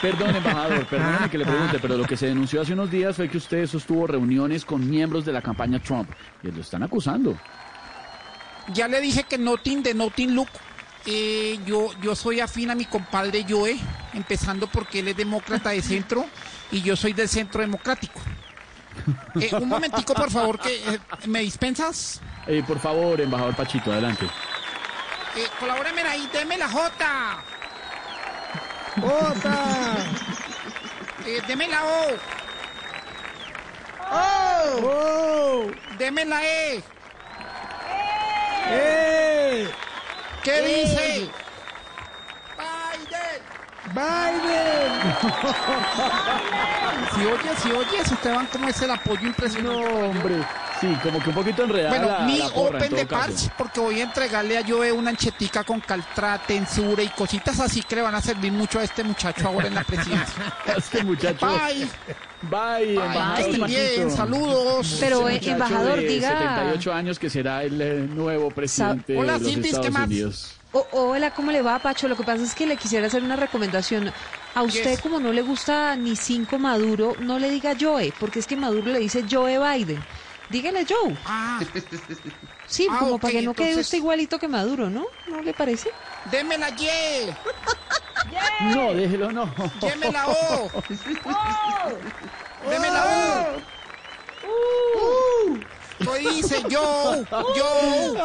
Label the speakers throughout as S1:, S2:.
S1: Perdón, embajador, perdone que le pregunte, pero lo que se denunció hace unos días fue que usted sostuvo reuniones con miembros de la campaña Trump. Y lo están acusando.
S2: Ya le dije que nothing de nothing look. Eh, yo, yo soy afín a mi compadre Joe, empezando porque él es demócrata de centro y yo soy del centro democrático. Eh, un momentico, por favor, que eh, me dispensas.
S1: Eh, por favor, embajador Pachito, adelante.
S2: Eh, colabórame ahí, deme la J.
S3: ¡Ota!
S2: Eh, deme la O,
S3: ¡Oh!
S2: deme la E.
S3: ¡Eh!
S2: ¿Qué
S3: Eh.
S2: dice? Biden.
S3: ¡Biden!
S2: Si oyes, si oyes, Esteban, ¿cómo es el apoyo
S1: No,
S2: impresionante?
S1: hombre. Sí, como que un poquito enredada
S2: Bueno,
S1: la-
S2: mi
S1: la porra, en
S2: Open
S1: todo
S2: de
S1: caso.
S2: Parch, porque voy a entregarle a Joe una anchetica con caltrate, tensura y cositas así que le van a servir mucho a este muchacho ahora en la presidencia.
S1: Este muchacho.
S2: Bye,
S1: Bye, embajador
S2: bye, que estén bien,
S1: Pachito.
S2: saludos.
S4: Pero, eh,
S1: Muchacho
S4: embajador,
S1: de
S4: diga.
S1: 78 años que será el eh, nuevo presidente
S2: Hola,
S1: de los
S2: Silvis, ¿qué
S1: Estados
S2: más?
S1: Unidos.
S4: O- Oh, hola, ¿cómo le va, Pacho? Lo que pasa es que le quisiera hacer una recomendación. A usted,
S2: es?
S4: como no le gusta ni cinco Maduro, no le diga Joe, porque es que Maduro le dice Joe Biden. Dígale Joe.
S2: Ah,
S4: Sí,
S2: Ah,
S4: como
S2: ok,
S4: para que no quede
S2: entonces-
S4: usted igualito que Maduro, ¿no? ¿No le parece?
S2: deme la Y,
S1: No, déjelo, no.
S2: deme la O,
S1: Oh.
S2: deme la
S1: Oh.
S2: Uh. U. ¿Qué dice Joe? Joe, Joe.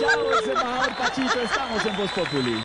S1: Chao, embajador Pachito, estamos en Voz Populi.